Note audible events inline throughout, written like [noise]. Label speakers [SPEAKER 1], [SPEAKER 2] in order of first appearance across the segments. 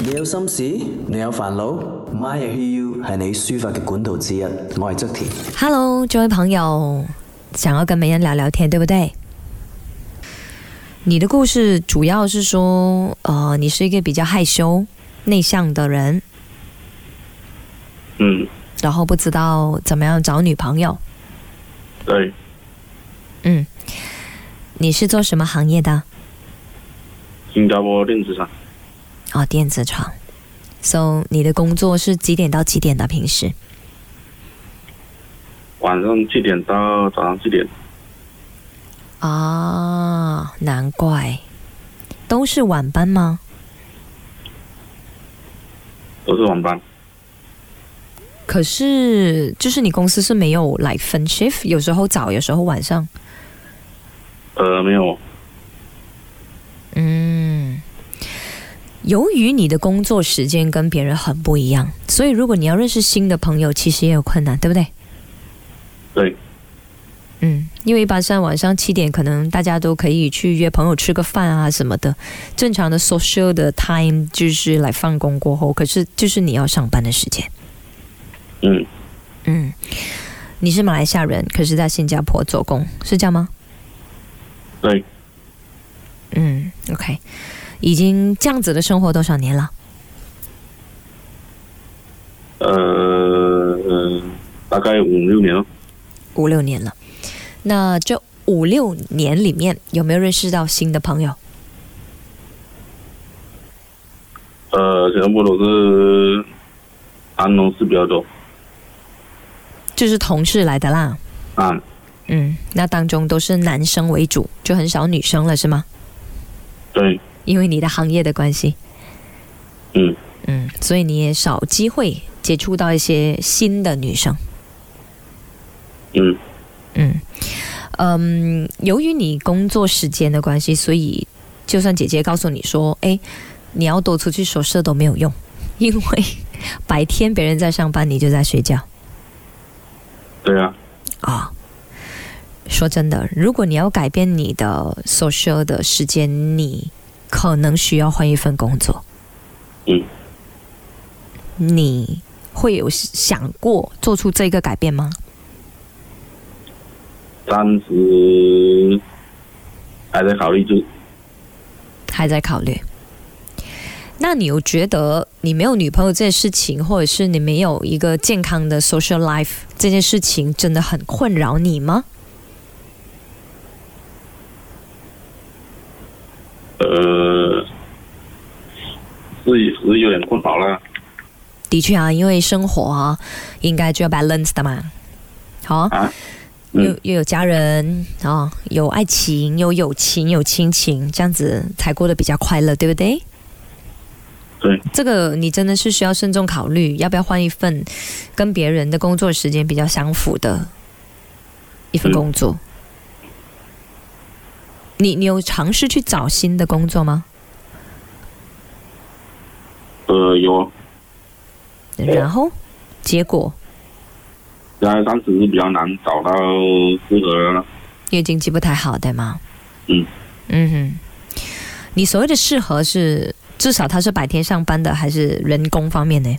[SPEAKER 1] 你有心事，你有煩惱，My I Hear You 係你抒發嘅管道之一。我係側田。
[SPEAKER 2] Hello，这位朋友，想要跟梅恩聊聊天，对不对？你的故事主要是说，呃，你是一个比较害羞、内向的人，
[SPEAKER 3] 嗯，
[SPEAKER 2] 然后不知道怎么样找女朋友。
[SPEAKER 3] 对，
[SPEAKER 2] 嗯，你是做什么行业的？
[SPEAKER 3] 新加坡电子厂
[SPEAKER 2] 哦，电子厂。So，你的工作是几点到几点的？平时？
[SPEAKER 3] 晚上七点到早上七点，
[SPEAKER 2] 啊，难怪，都是晚班吗？
[SPEAKER 3] 都是晚班。
[SPEAKER 2] 可是，就是你公司是没有来分 shift，有时候早，有时候晚上。
[SPEAKER 3] 呃，没有，
[SPEAKER 2] 嗯，由于你的工作时间跟别人很不一样，所以如果你要认识新的朋友，其实也有困难，对不对？
[SPEAKER 3] 对，
[SPEAKER 2] 嗯，因为一般像晚上七点，可能大家都可以去约朋友吃个饭啊什么的。正常的 social 的 time 就是来放工过后，可是就是你要上班的时间。
[SPEAKER 3] 嗯，
[SPEAKER 2] 嗯，你是马来西亚人，可是在新加坡做工，是这样吗？
[SPEAKER 3] 对，
[SPEAKER 2] 嗯，OK，已经这样子的生活多少年了？
[SPEAKER 3] 呃，呃大概五六年了，
[SPEAKER 2] 五六年了。那这五六年里面有没有认识到新的朋友？
[SPEAKER 3] 呃，全部都是安农市比较多
[SPEAKER 2] 就是同事来的啦。
[SPEAKER 3] 啊，
[SPEAKER 2] 嗯，那当中都是男生为主，就很少女生了，是吗？
[SPEAKER 3] 对，
[SPEAKER 2] 因为你的行业的关系。
[SPEAKER 3] 嗯
[SPEAKER 2] 嗯，所以你也少机会接触到一些新的女生。
[SPEAKER 3] 嗯，
[SPEAKER 2] 嗯，嗯，由于你工作时间的关系，所以就算姐姐告诉你说，哎，你要多出去手社都没有用，因为白天别人在上班，你就在睡觉
[SPEAKER 3] 对啊，
[SPEAKER 2] 啊、说真的，如果你要改变你的 social 的时间，你可能需要换一份工作。
[SPEAKER 3] 嗯，
[SPEAKER 2] 你会有想过做出这个改变吗？
[SPEAKER 3] 暂时还在考虑就，
[SPEAKER 2] 还在考虑。那你有觉得你没有女朋友这件事情，或者是你没有一个健康的 social life 这件事情，真的很困扰你吗？
[SPEAKER 3] 呃，是是有点困扰了，
[SPEAKER 2] 的确啊，因为生活啊，应该就要 balance 的嘛。好、
[SPEAKER 3] 啊
[SPEAKER 2] 又
[SPEAKER 3] 嗯
[SPEAKER 2] 又有家人啊、有爱情，有友情，有亲情，这样子才过得比较快乐，对不对？
[SPEAKER 3] 对，
[SPEAKER 2] 这个你真的是需要慎重考虑，要不要换一份跟别人的工作时间比较相符的一份
[SPEAKER 3] 嗯
[SPEAKER 2] 工作？你你有尝试去找新的工作吗？
[SPEAKER 3] 呃，有，
[SPEAKER 2] 然后结果
[SPEAKER 3] 然后暂时是比较难找到适合的了。
[SPEAKER 2] 因为经济不太好，对吗？
[SPEAKER 3] 嗯
[SPEAKER 2] 嗯哼，你所谓的适合是至少他是白天上班的，还是人工方面呢？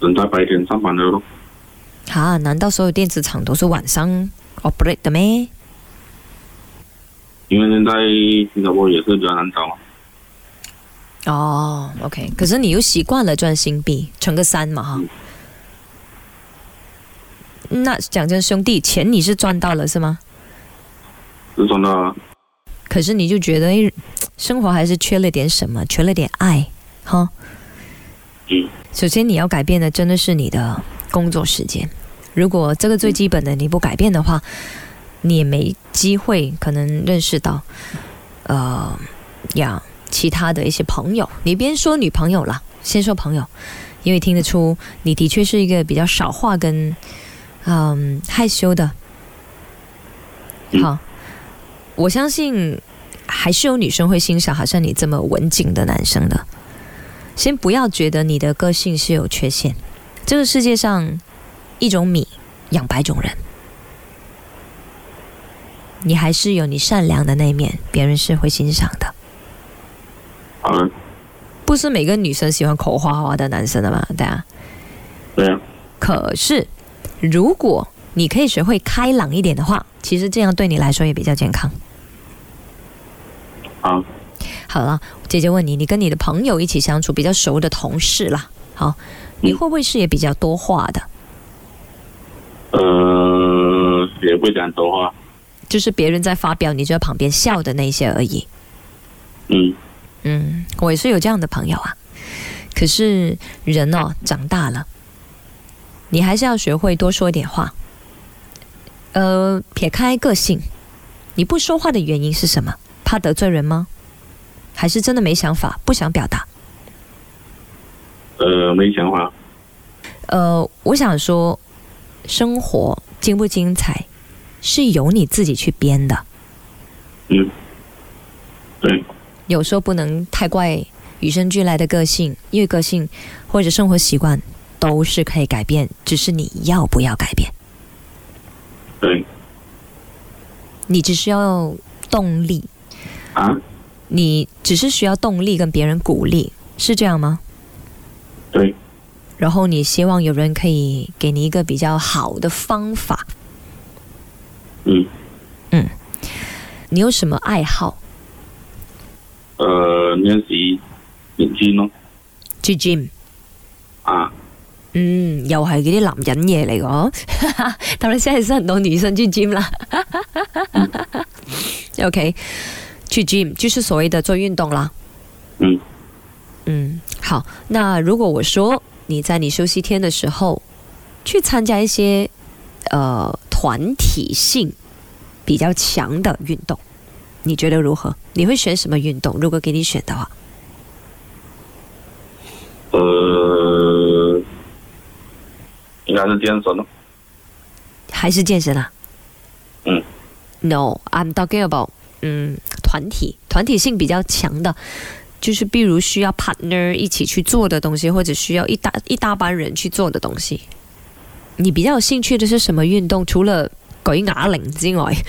[SPEAKER 3] 人在白天上班的咯，
[SPEAKER 2] 啊，难道所有电子厂都是晚上 operate 的咩？
[SPEAKER 3] 因为现在新加坡也是比较难找嘛。
[SPEAKER 2] 哦，OK，可是你又习惯了赚新币，乘个三嘛哈。那讲真，兄弟，钱你是赚到了是吗？
[SPEAKER 3] 是说呢，
[SPEAKER 2] 可是你就觉得，哎，生活还是缺了点什么，缺了点爱，哈。
[SPEAKER 3] 嗯，
[SPEAKER 2] 首先你要改变的真的是你的工作时间，如果这个最基本的你不改变的话，你也没机会可能认识到，呃，呀，其他的一些朋友。你别说女朋友啦，先说朋友，因为听得出你的确是一个比较少话跟嗯害羞的。
[SPEAKER 3] 嗯
[SPEAKER 2] 好，我相信还是有女生会欣赏好像你这么文静的男生的。先不要觉得你的个性是有缺陷，这个世界上一种米养百种人，你还是有你善良的那一面，别人是会欣赏的。
[SPEAKER 3] 好了，
[SPEAKER 2] 不是每个女生喜欢口花花的男生的嘛，对啊。
[SPEAKER 3] 对呀、
[SPEAKER 2] 可是，如果你可以学会开朗一点的话，其实这样对你来说也比较健康。
[SPEAKER 3] 啊，啊，
[SPEAKER 2] 好了，姐姐问你，你跟你的朋友一起相处，比较熟的同事啦，好，你会不会是也比较多话的？
[SPEAKER 3] 呃，也不讲多话，
[SPEAKER 2] 就是别人在发表，你就在旁边笑的那些而已。
[SPEAKER 3] 嗯，
[SPEAKER 2] 嗯，我也是有这样的朋友啊。可是人哦，长大了，你还是要学会多说一点话。呃，撇开个性，你不说话的原因是什么？怕得罪人吗？还是真的没想法，不想表达？
[SPEAKER 3] 呃，没想法，
[SPEAKER 2] 呃，我想说，生活精不精彩，是由你自己去编的。
[SPEAKER 3] 嗯，对，
[SPEAKER 2] 有时候不能太怪与生俱来的个性，因为个性或者生活习惯都是可以改变，只是你要不要改变。
[SPEAKER 3] 对，
[SPEAKER 2] 你只需要动力，
[SPEAKER 3] 啊，
[SPEAKER 2] 你只是需要动力跟别人鼓励，是这样吗？
[SPEAKER 3] 对，
[SPEAKER 2] 然后你希望有人可以给你一个比较好的方法。
[SPEAKER 3] 嗯，
[SPEAKER 2] 你有什么爱好？
[SPEAKER 3] 呃，练习练肌咯，
[SPEAKER 2] 去 gym。
[SPEAKER 3] 啊，
[SPEAKER 2] 嗯，又係嗰啲男人嘢嚟講， [laughs] 但係現在是很多女生去 gym 啦。OK，去 gym 就是所謂的做運動啦。
[SPEAKER 3] 嗯
[SPEAKER 2] 嗯，好。那如果我說你在你休息天的時候去參加一些呃團體性比較強的運動，你覺得如何？你會選什麼運動？如果給你選的話，
[SPEAKER 3] 呃，应该是健身咯，
[SPEAKER 2] 還是健身啊？
[SPEAKER 3] 嗯
[SPEAKER 2] ，No，I'm talking about 嗯团体团体性比较强的，就是比如需要 partner 一起去做的东西，或者需要一大一大班人去做的东西。你比较有兴趣的是什么运动？除了举哑铃之外， [laughs]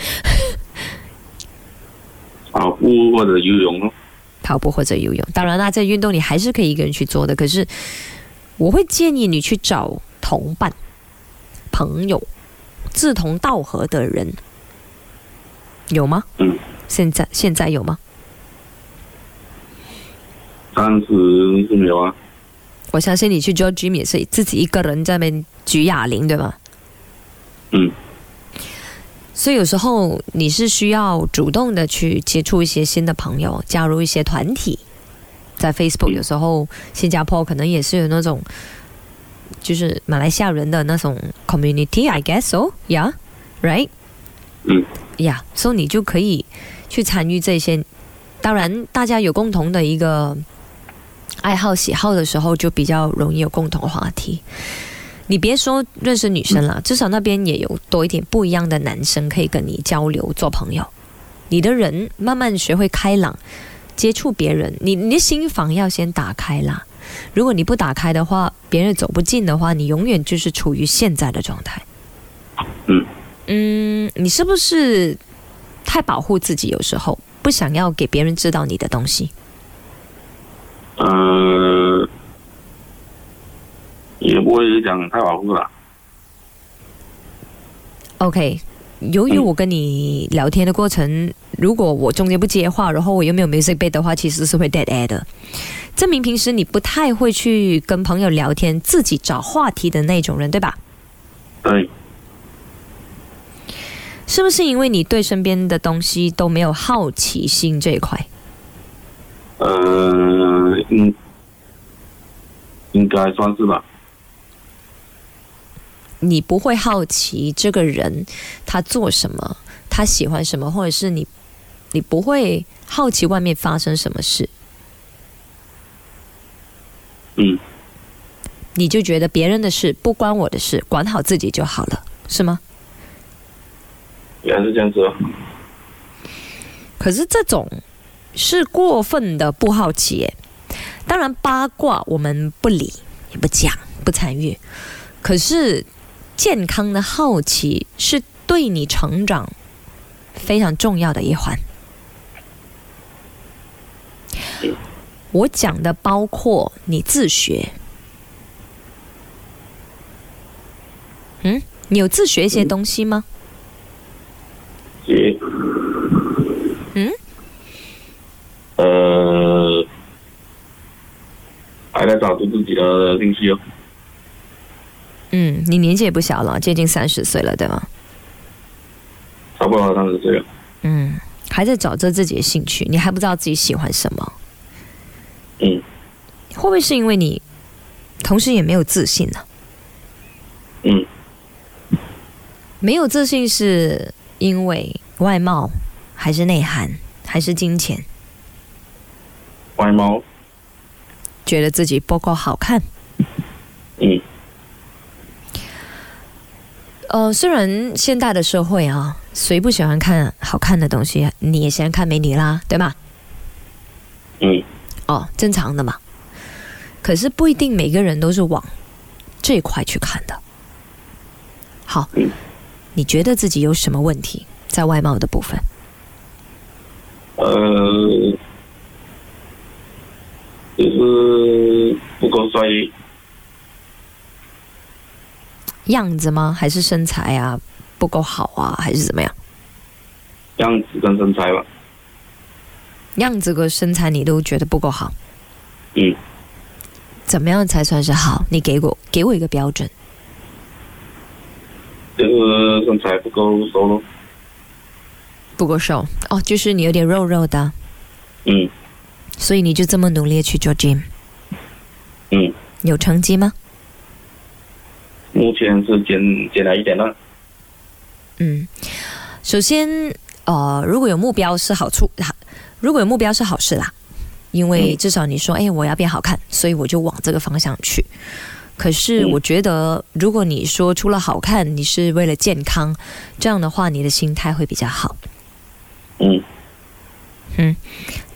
[SPEAKER 3] 跑步或者游泳咯，
[SPEAKER 2] 跑步或者游泳。当然啦，这运动你还是可以一个人去做的，可是我会建议你去找同伴、朋友、志同道合的人，有吗？
[SPEAKER 3] 嗯，
[SPEAKER 2] 现在现在有吗？
[SPEAKER 3] 暂时是没有啊，
[SPEAKER 2] 我相信你去 j o gym 也是自己一个人在那边举哑铃，对吗？
[SPEAKER 3] 嗯。
[SPEAKER 2] 所以有时候你是需要主动的去接触一些新的朋友，加入一些团体。在 Facebook
[SPEAKER 3] 嗯
[SPEAKER 2] 有时候，新加坡可能也是有那种，就是马来西亚人的那种 community，I guess so，yeah，right？
[SPEAKER 3] 嗯
[SPEAKER 2] 呀，所以你就可以去参与这些。当然，大家有共同的一个爱好喜好的时候，就比较容易有共同话题。你别说认识女生了，至少那边也有多一点不一样的男生可以跟你交流做朋友。你的人慢慢学会开朗，接触别人，你你的心房要先打开啦。如果你不打开的话，别人走不近的话，你永远就是处于现在的状态。
[SPEAKER 3] 嗯
[SPEAKER 2] 嗯，你是不是太保护自己？有时候不想要给别人知道你的东西。
[SPEAKER 3] 呃，也不会讲太保护啦，
[SPEAKER 2] OK，由于
[SPEAKER 3] 嗯
[SPEAKER 2] 我跟你聊天的过程，如果我中间不接话，然后我又没有 music b e 的话，其实是会 dead air 的。证明平时你不太会去跟朋友聊天，自己找话题的那种人，对吧？
[SPEAKER 3] 对，
[SPEAKER 2] 是不是因为你对身边的东西都没有好奇心这一块？
[SPEAKER 3] 呃，应应该算是吧，
[SPEAKER 2] 你不会好奇这个人他做什么，他喜欢什么，或者是你你不会好奇外面发生什么事，
[SPEAKER 3] 嗯，
[SPEAKER 2] 你就觉得别人的事不关我的事，管好自己就好了，是吗？
[SPEAKER 3] 也是这样子哦，
[SPEAKER 2] 可是这种是过分的不好奇耶。当然八卦我们不理，也不讲，不参与。可是健康的好奇是对你成长非常重要的一环。我讲的包括你自学。嗯，你有自学一些东西吗？
[SPEAKER 3] 也，
[SPEAKER 2] 嗯，
[SPEAKER 3] 呃，还在找出自己的兴趣哦。
[SPEAKER 2] 嗯，你年纪也不小了，接近三十岁了，对吗？
[SPEAKER 3] 差不多三十岁了，
[SPEAKER 2] 嗯，还在找着自己的兴趣，你还不知道自己喜欢什么，
[SPEAKER 3] 嗯
[SPEAKER 2] 会不会是因为你同时也没有自信呢、
[SPEAKER 3] 嗯，
[SPEAKER 2] 没有自信是因为外貌，还是内涵，还是金钱？
[SPEAKER 3] 外貌，哦
[SPEAKER 2] 觉得自己不够好看？
[SPEAKER 3] 嗯
[SPEAKER 2] 呃，虽然现代的社会啊，谁不喜欢看好看的东西？你也喜欢看美女啦，对吧？
[SPEAKER 3] 嗯
[SPEAKER 2] 哦，正常的嘛。可是不一定每个人都是往这一块去看的。好
[SPEAKER 3] 嗯，
[SPEAKER 2] 你觉得自己有什么问题在外貌的部分？
[SPEAKER 3] 呃，就是不够帅，
[SPEAKER 2] 样子吗？还是身材啊不够好啊？还是怎么样？
[SPEAKER 3] 样子跟身材吧，
[SPEAKER 2] 样子跟身材你都觉得不够好，
[SPEAKER 3] 嗯，
[SPEAKER 2] 怎么样才算是好？你给我给我一个标准，
[SPEAKER 3] 就是身材不够瘦咯，
[SPEAKER 2] 不够瘦哦，就是你有点肉肉的，
[SPEAKER 3] 嗯
[SPEAKER 2] 所以你就这么努力地去做 gym，
[SPEAKER 3] 嗯，
[SPEAKER 2] 有成绩吗？
[SPEAKER 3] 目前是减减了一点了，
[SPEAKER 2] 嗯，首先，呃，如果有目标是好处，好如果有目标是好事啦，因为
[SPEAKER 3] 嗯
[SPEAKER 2] 至少你说，哎，我要变好看，所以我就往这个方向去。可是
[SPEAKER 3] 嗯
[SPEAKER 2] 我觉得，如果你说除了好看，你是为了健康，这样的话，你的心态会比较好，
[SPEAKER 3] 嗯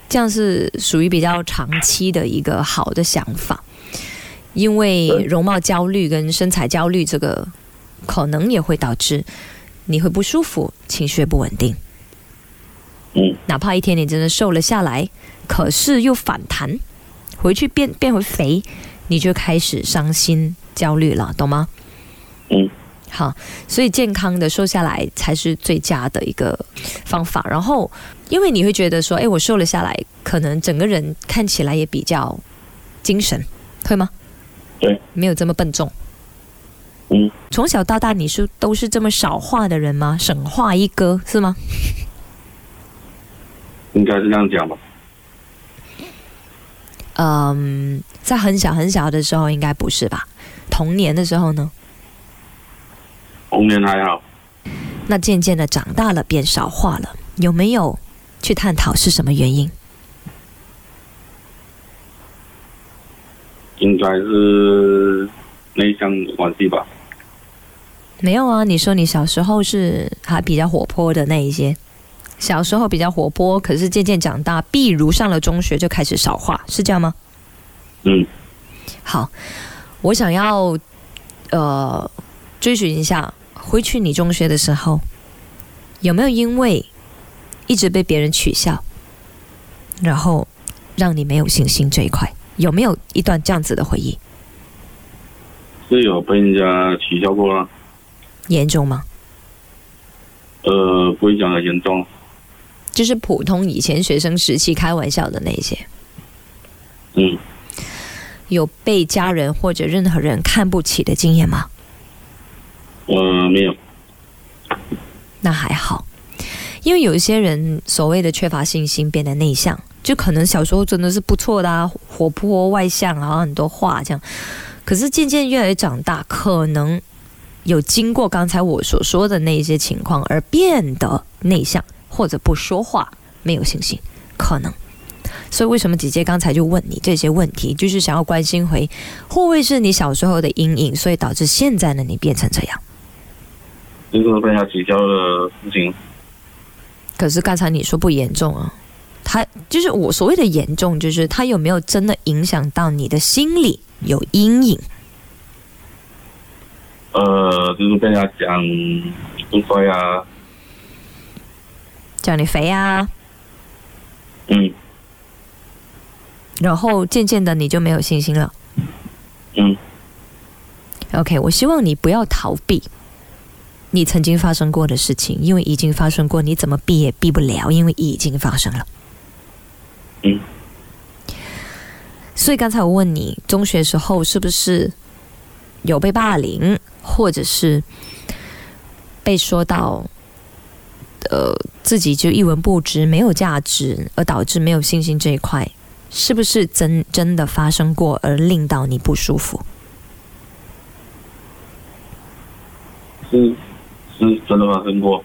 [SPEAKER 2] 这样是属于比较长期的一个好的想法。因为
[SPEAKER 3] 对
[SPEAKER 2] 容貌焦虑跟身材焦虑，这个可能也会导致你会不舒服，情绪也不稳定。
[SPEAKER 3] 嗯
[SPEAKER 2] 哪怕一天你真的瘦了下来，可是又反弹，回去变变回肥，你就开始伤心焦虑了，懂吗？
[SPEAKER 3] 嗯，
[SPEAKER 2] 好，所以健康的瘦下来才是最佳的一个方法。然后，因为你会觉得说，诶，我瘦了下来，可能整个人看起来也比较精神，会吗？
[SPEAKER 3] 对，
[SPEAKER 2] 没有这么笨重。
[SPEAKER 3] 嗯，
[SPEAKER 2] 从小到大，你是都是这么少话的人吗？省话一哥是吗？
[SPEAKER 3] 应该是这样讲吧，
[SPEAKER 2] 嗯，在很小很小的时候应该不是吧？童年的时候呢？
[SPEAKER 3] 童年还好，
[SPEAKER 2] 那渐渐的长大了，变少话了，有没有去探讨是什么原因？
[SPEAKER 3] 应该是内向的关系吧，
[SPEAKER 2] 没有啊，你说你小时候是还比较活泼的那一些，小时候比较活泼，可是渐渐长大，比如上了中学就开始少话，是这样吗？
[SPEAKER 3] 嗯
[SPEAKER 2] 好，我想要呃追寻一下，回去你中学的时候，有没有因为一直被别人取笑，然后让你没有信心这一块，有没有一段这样子的回忆？
[SPEAKER 3] 是有被人家取笑过啦，
[SPEAKER 2] 严重吗？
[SPEAKER 3] 呃，不会讲的严重，
[SPEAKER 2] 就是普通以前学生时期开玩笑的那一些，
[SPEAKER 3] 嗯
[SPEAKER 2] 有被家人或者任何人看不起的经验吗？
[SPEAKER 3] 呃，没有，
[SPEAKER 2] 那还好，因为有一些人所谓的缺乏信心，变得内向，就可能小时候真的是不错的啊，活泼外向啊，很多话这样。可是渐渐越来越长大，可能有经过刚才我所说的那一些情况，而变得内向或者不说话，没有信心，可能。所以为什么姐姐刚才就问你这些问题，就是想要关心回，会不会是你小时候的阴影，所以导致现在的你变成这样？
[SPEAKER 3] 就是被人家取笑的事情，
[SPEAKER 2] 可是刚才你说不严重啊，他就是我所谓的严重，就是他有没有真的影响到你的心理有阴影？
[SPEAKER 3] 呃，就是被人家讲不帅啊，
[SPEAKER 2] 叫你肥啊，
[SPEAKER 3] 嗯，
[SPEAKER 2] 然后渐渐的你就没有信心了。
[SPEAKER 3] 嗯
[SPEAKER 2] OK，我希望你不要逃避你曾经发生过的事情，因为已经发生过，你怎么避也避不了，因为已经发生了。
[SPEAKER 3] 嗯，
[SPEAKER 2] 所以刚才我问你，中学时候是不是有被霸凌，或者是被说到呃自己就一文不值、没有价值，而导致没有信心这一块，是不是真真的发生过，而令到你不舒服？
[SPEAKER 3] 是是真的发生过。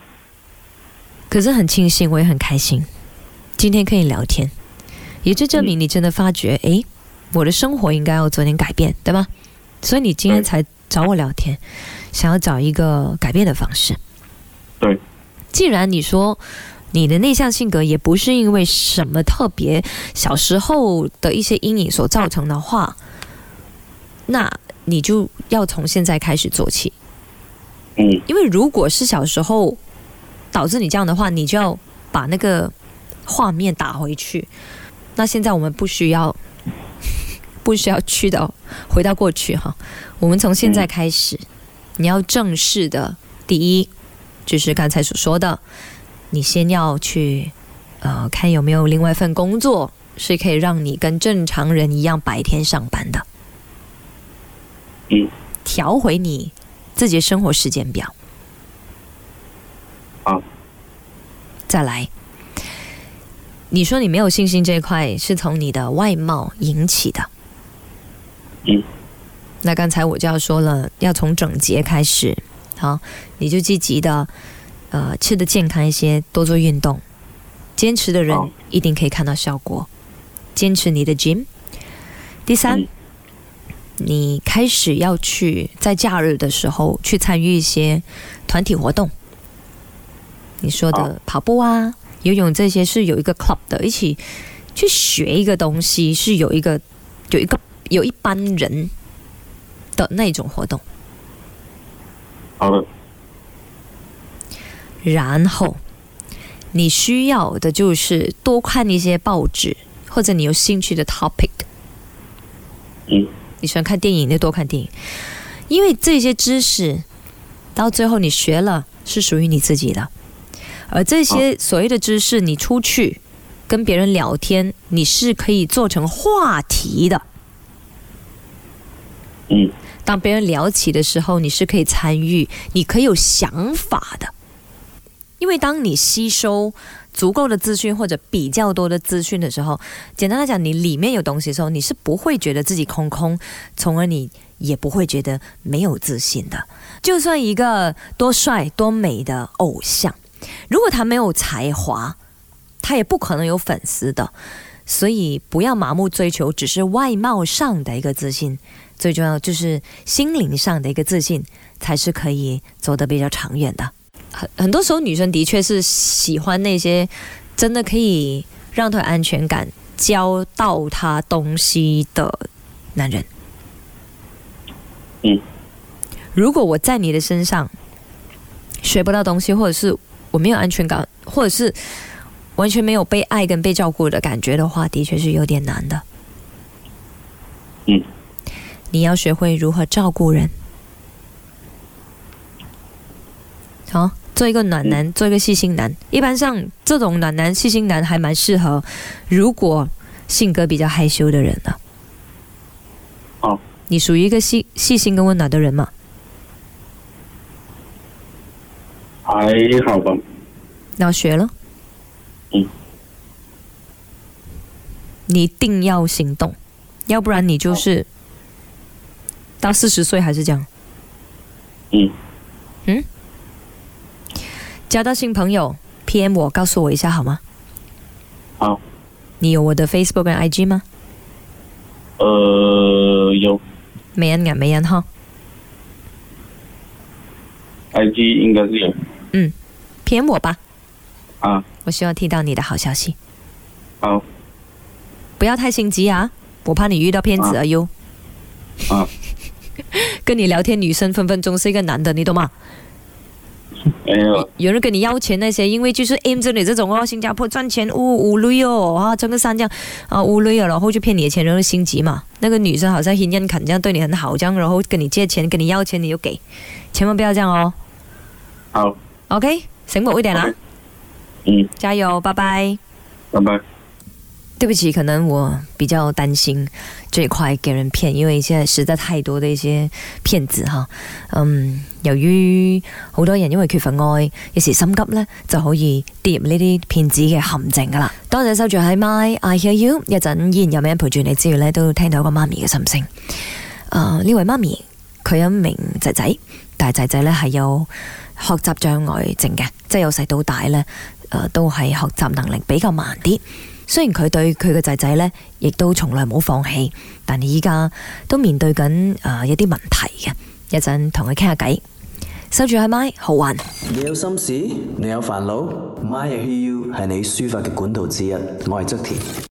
[SPEAKER 2] 可是很庆幸，我也很开心，今天可以聊天，也就证明你真的发觉，诶，我的生活应该要做点改变，对吧？所以你今天
[SPEAKER 3] 对
[SPEAKER 2] 才找我聊天，想要找一个改变的方式。
[SPEAKER 3] 对，
[SPEAKER 2] 既然你说你的内向性格也不是因为什么特别小时候的一些阴影所造成的话，那你就要从现在开始做起。
[SPEAKER 3] 嗯
[SPEAKER 2] 因为如果是小时候导致你这样的话，你就要把那个画面打回去。那现在我们不需要， [laughs] 不需要去到回到过去哈。我们从现在开始，你要正式的，第一就是刚才所说的，你先要去呃看有没有另外一份工作是可以让你跟正常人一样白天上班的。
[SPEAKER 3] 嗯，
[SPEAKER 2] 调回你自己的生活时间表。
[SPEAKER 3] 好。
[SPEAKER 2] 再来，你说你没有信心这一块是从你的外貌引起的。
[SPEAKER 3] 嗯。
[SPEAKER 2] 那刚才我就要说了，要从整洁开始。好，你就积极的，呃，吃的健康一些，多做运动。坚持的人
[SPEAKER 3] 好
[SPEAKER 2] 一定可以看到效果。坚持你的 gym。第三，
[SPEAKER 3] 嗯
[SPEAKER 2] 你开始要去在假日的时候去参与一些团体活动。你说
[SPEAKER 3] 好
[SPEAKER 2] 的跑步啊、游泳这些是有一个 club 的，一起去学一个东西，是有一个有一个有一班人的那种活动。
[SPEAKER 3] 好的，
[SPEAKER 2] 然后你需要的就是多看一些报纸，或者你有兴趣的 topic。
[SPEAKER 3] 嗯，
[SPEAKER 2] 你喜欢看电影，你就多看电影，因为这些知识到最后你学了是属于你自己的，而这些所谓的知识，你出去跟别人聊天，你是可以做成话题的。
[SPEAKER 3] 嗯
[SPEAKER 2] 当别人聊起的时候，你是可以参与，你可以有想法的。因为当你吸收足够的资讯或者比较多的资讯的时候，简单来讲，你里面有东西的时候，你是不会觉得自己空空，从而你也不会觉得没有自信的。就算一个多帅多美的偶像，如果他没有才华，他也不可能有粉丝的。所以不要盲目追求只是外貌上的一个自信，最重要就是心灵上的一个自信，才是可以走得比较长远的。很很多时候，女生的确是喜欢那些真的可以让她有安全感、教到她东西的男人。
[SPEAKER 3] 嗯，
[SPEAKER 2] 如果我在你的身上学不到东西，或者是我没有安全感，或者是完全没有被爱跟被照顾的感觉的话，的确是有点难的。
[SPEAKER 3] 嗯，
[SPEAKER 2] 你要学会如何照顾人。好、做一个暖
[SPEAKER 3] 嗯
[SPEAKER 2] 男，做一个细心男。一般上这种暖男、细心男还蛮适合，如果性格比较害羞的人的。
[SPEAKER 3] 哦，
[SPEAKER 2] 你属于一个细细心跟温暖的人嘛？
[SPEAKER 3] 还好吧。
[SPEAKER 2] 要学了。
[SPEAKER 3] 嗯。
[SPEAKER 2] 你一定要行动，要不然你就是到四十岁还是这样。
[SPEAKER 3] 嗯
[SPEAKER 2] 交到新朋友，PM 我，告诉我一下好吗？
[SPEAKER 3] 好。
[SPEAKER 2] 你有我的 Facebook 跟 IG 吗？
[SPEAKER 3] 呃，有
[SPEAKER 2] 美恩啊，美恩哈。
[SPEAKER 3] IG 应该是有
[SPEAKER 2] PM 我吧，
[SPEAKER 3] 啊。
[SPEAKER 2] 我希望听到你的好消息。
[SPEAKER 3] 好
[SPEAKER 2] 不要太心急啊，我怕你遇到骗子啊哟。
[SPEAKER 3] 啊，
[SPEAKER 2] 跟你聊天女生分分钟是一个男的，你懂吗？
[SPEAKER 3] 没有，
[SPEAKER 2] 有人给你要钱那些，因为就是 aim 着你这种哦，新加坡赚钱呜五类哦啊，整个山这样啊五类哦，然后就骗你的钱，然后心急嘛。那个女生好像很认肯，这样对你很好，这样然后跟你借钱，跟你要钱你就给，千万不要这样哦。
[SPEAKER 3] 好，
[SPEAKER 2] OK，醒目一点啦
[SPEAKER 3] OK 嗯，
[SPEAKER 2] 加油，拜拜。
[SPEAKER 3] 拜拜。
[SPEAKER 2] 对不起，可能我比较担心这一块给人骗，因为现在实在太多的一些骗子哈。嗯，由於好多人因為缺乏愛，有時心急呢就可以跌入呢啲騙子嘅陷阱噶啦。多謝收住喺 My I Hear You，一陣依然有咩人陪住你之餘呢，都聽到一個媽咪嘅心聲。呃呢位媽咪佢有一名仔仔，但係仔仔呢係有學習障礙症嘅，即係由細到大呢，呃都係學習能力比較慢啲。雖然佢對佢嘅仔仔呢，亦都從來冇放棄，但係依家都面對緊呃一啲問題嘅。一陣同佢傾下偈。收住喺咪，好玩。
[SPEAKER 1] 你有心事，你有煩惱，My I Hear You 係你抒發嘅管道之一。我係側田。